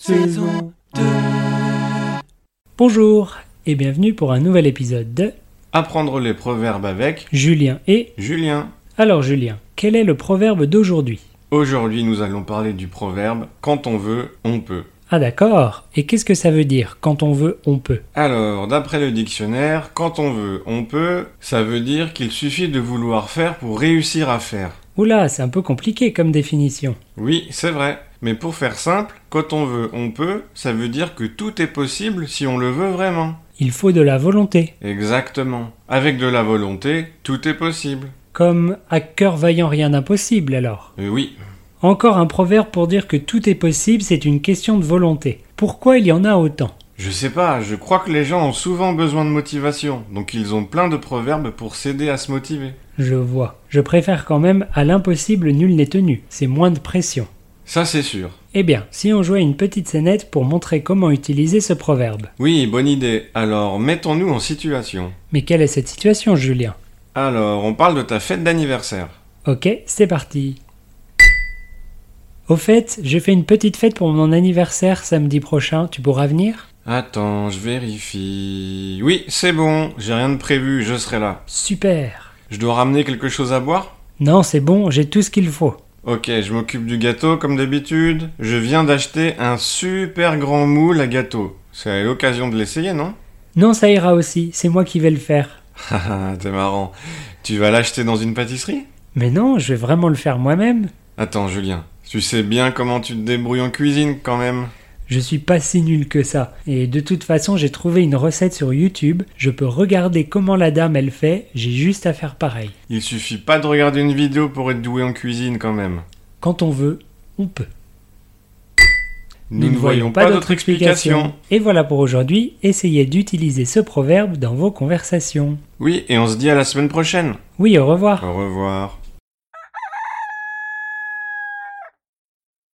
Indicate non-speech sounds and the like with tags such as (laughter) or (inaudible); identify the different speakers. Speaker 1: saison 2.
Speaker 2: Bonjour et bienvenue pour un nouvel épisode de
Speaker 1: Apprendre les proverbes avec
Speaker 2: Julien et...
Speaker 1: Julien.
Speaker 2: Alors Julien, quel est le proverbe d'aujourd'hui
Speaker 1: Aujourd'hui, nous allons parler du proverbe quand on veut, on peut.
Speaker 2: Ah d'accord, et qu'est-ce que ça veut dire quand on veut, on peut
Speaker 1: Alors, d'après le dictionnaire, quand on veut, on peut, ça veut dire qu'il suffit de vouloir faire pour réussir à faire.
Speaker 2: Oula, c'est un peu compliqué comme définition.
Speaker 1: Oui, c'est vrai. Mais pour faire simple, quand on veut, on peut, ça veut dire que tout est possible si on le veut vraiment.
Speaker 2: Il faut de la volonté,
Speaker 1: Exactement. Avec de la volonté, tout est possible.
Speaker 2: comme à cœur vaillant rien d'impossible alors.
Speaker 1: Euh, oui,
Speaker 2: Encore un proverbe pour dire que tout est possible, c'est une question de volonté. Pourquoi il y en a autant
Speaker 1: Je sais pas, je crois que les gens ont souvent besoin de motivation, donc ils ont plein de proverbes pour s'aider à se motiver.
Speaker 2: Je vois. Je préfère quand même à l'impossible nul n'est tenu, c'est moins de pression.
Speaker 1: Ça c'est sûr.
Speaker 2: Eh bien, si on jouait une petite scénette pour montrer comment utiliser ce proverbe.
Speaker 1: Oui, bonne idée. Alors, mettons-nous en situation.
Speaker 2: Mais quelle est cette situation, Julien
Speaker 1: Alors, on parle de ta fête d'anniversaire.
Speaker 2: Ok, c'est parti. Au fait, j'ai fait une petite fête pour mon anniversaire samedi prochain, tu pourras venir
Speaker 1: Attends, je vérifie. Oui, c'est bon, j'ai rien de prévu, je serai là.
Speaker 2: Super
Speaker 1: Je dois ramener quelque chose à boire
Speaker 2: Non, c'est bon, j'ai tout ce qu'il faut.
Speaker 1: Ok, je m'occupe du gâteau comme d'habitude. Je viens d'acheter un super grand moule à gâteau. C'est l'occasion de l'essayer, non (laughs)
Speaker 2: Non, ça ira aussi, c'est moi qui vais le faire.
Speaker 1: Haha, t'es ah, marrant. Tu vas l'acheter dans une pâtisserie
Speaker 2: Mais non, je vais vraiment le faire moi-même.
Speaker 1: Attends, Julien, tu sais bien comment tu te débrouilles en cuisine quand même.
Speaker 2: Je suis pas si nul que ça. Et de toute façon, j'ai trouvé une recette sur YouTube, je peux regarder comment la dame elle fait, j'ai juste à faire pareil.
Speaker 1: Il suffit pas de regarder une vidéo pour être doué en cuisine quand même.
Speaker 2: Quand on veut, on peut.
Speaker 1: Nous, ne voyons pas d'autre explication.
Speaker 2: Et voilà pour aujourd'hui, essayez d'utiliser ce proverbe dans vos conversations.
Speaker 1: Oui, et on se dit à la semaine prochaine.
Speaker 2: Oui, au revoir.
Speaker 1: Au revoir.